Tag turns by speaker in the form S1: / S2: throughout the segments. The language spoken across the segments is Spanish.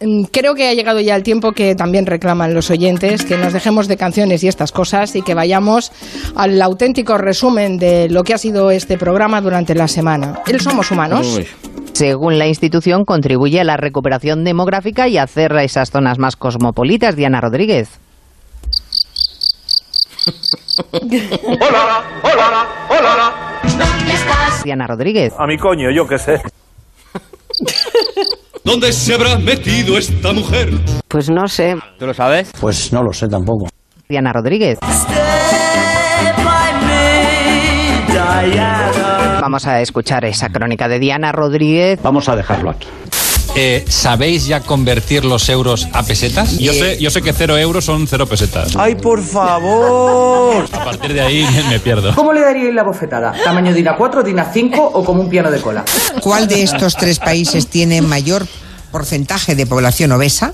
S1: Mm, Creo que ha llegado ya el tiempo que también reclaman los oyentes, que nos dejemos de canciones y estas cosas y que vayamos al auténtico resumen de lo que ha sido este programa durante la semana. El Somos Humanos.
S2: Uy. Según la institución, contribuye a la recuperación demográfica y a hacer a esas zonas más cosmopolitas. Diana Rodríguez.
S3: hola, hola, hola,
S2: ¿Dónde estás? Diana Rodríguez.
S3: A mi coño, yo qué sé.
S4: ¿Dónde se habrá metido esta mujer?
S2: Pues no sé.
S5: ¿Tú lo sabes?
S6: Pues no lo sé tampoco.
S2: Diana Rodríguez. Me, Vamos a escuchar esa crónica de Diana Rodríguez.
S6: Vamos a dejarlo aquí.
S7: Eh, ¿Sabéis ya convertir los euros a pesetas? Yeah. Yo, sé, yo sé que cero euros son cero pesetas.
S6: ¡Ay, por favor!
S7: A partir de ahí me pierdo.
S8: ¿Cómo le daríais la bofetada? ¿Tamaño DINA 4, DINA 5 o como un piano de cola?
S9: ¿Cuál de estos tres países tiene mayor porcentaje de población obesa?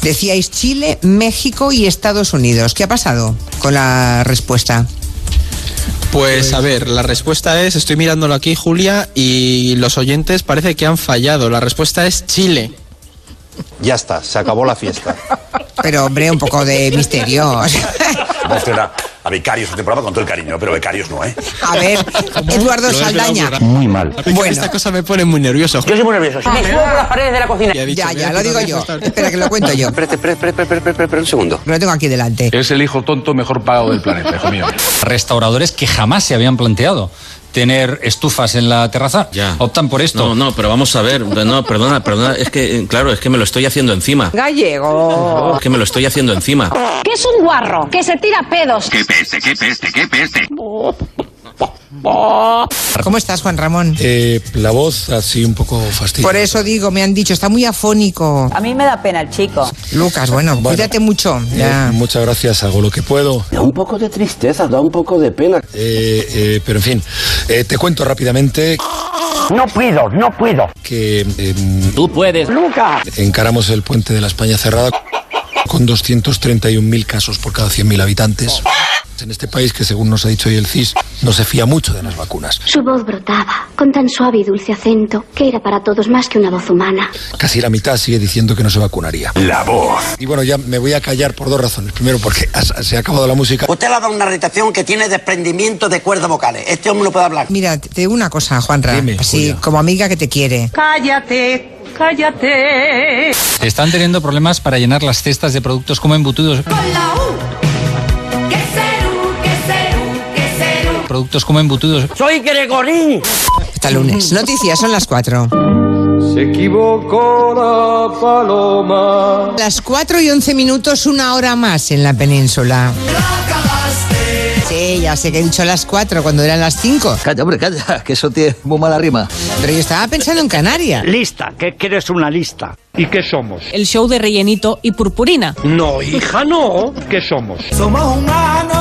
S9: Decíais Chile, México y Estados Unidos. ¿Qué ha pasado con la respuesta?
S10: Pues a ver, la respuesta es, estoy mirándolo aquí Julia y los oyentes parece que han fallado. La respuesta es Chile.
S6: Ya está, se acabó la fiesta.
S9: Pero hombre, un poco de misterio.
S11: a Becarios este programa con todo el cariño, pero Becarios no, ¿eh?
S9: A ver, Eduardo Saldaña.
S6: Muy mal.
S10: Bueno. Esta cosa me pone muy nervioso.
S5: Yo soy muy nervioso.
S8: Me juego por las paredes de la cocina.
S9: Ya, ya, lo digo yo. Espera, que lo cuento yo.
S5: Espera, espera, espera, espera, un segundo.
S9: Lo tengo aquí delante.
S12: Es el hijo tonto mejor pagado del planeta, hijo mío.
S7: Restauradores que jamás se habían planteado tener estufas en la terraza. Ya. Optan por esto.
S5: No, no, pero vamos a ver. No, perdona, perdona. Es que, claro, es que me lo estoy haciendo encima.
S9: Gallego.
S5: Es que me lo estoy haciendo encima.
S13: Que es un guarro, que se tira pedos.
S14: Qué peste, qué peste, qué peste.
S9: ¿Cómo estás, Juan Ramón?
S15: Eh, la voz así un poco fastidiosa.
S9: Por eso digo, me han dicho, está muy afónico.
S16: A mí me da pena el chico.
S9: Lucas, bueno, bueno cuídate mucho.
S15: Eh, ya. Muchas gracias, hago lo que puedo.
S17: Da un poco de tristeza, da un poco de pena.
S15: Eh, pero en fin, te cuento rápidamente.
S17: No puedo, no puedo.
S15: Que... em,
S5: Tú puedes.
S17: Lucas.
S15: Encaramos el puente de la España cerrada con 231.000 casos por cada 100.000 habitantes. En este país que, según nos ha dicho hoy el CIS, no se fía mucho de las vacunas.
S18: Su voz brotaba, con tan suave y dulce acento, que era para todos más que una voz humana.
S15: Casi la mitad sigue diciendo que no se vacunaría.
S11: La voz.
S15: Y bueno, ya me voy a callar por dos razones. Primero, porque se ha acabado la música.
S19: Usted le ha dado una irritación que tiene desprendimiento de cuerdas vocales. Este hombre no puede hablar.
S9: Mira, te digo una cosa, Juanra. Dime, así, Julia. como amiga que te quiere.
S20: Cállate, cállate.
S7: Están teniendo problemas para llenar las cestas de productos como embutidos. Con la U. Que serú, que serú, que serú. Productos como embutudos.
S19: ¡Soy Gregorín!
S9: Hasta lunes. Noticias son las 4.
S1: Se equivocó la paloma.
S9: Las 4 y 11 minutos, una hora más en la península. Sí, ya sé que he dicho las 4 cuando eran las 5.
S5: Calla, hombre, calla, que eso tiene muy mala rima.
S9: Pero yo estaba pensando en Canarias.
S19: Lista, que quieres una lista.
S1: ¿Y qué somos?
S8: El show de rellenito y purpurina.
S1: No, hija, no. ¿Qué somos? Somos humanos.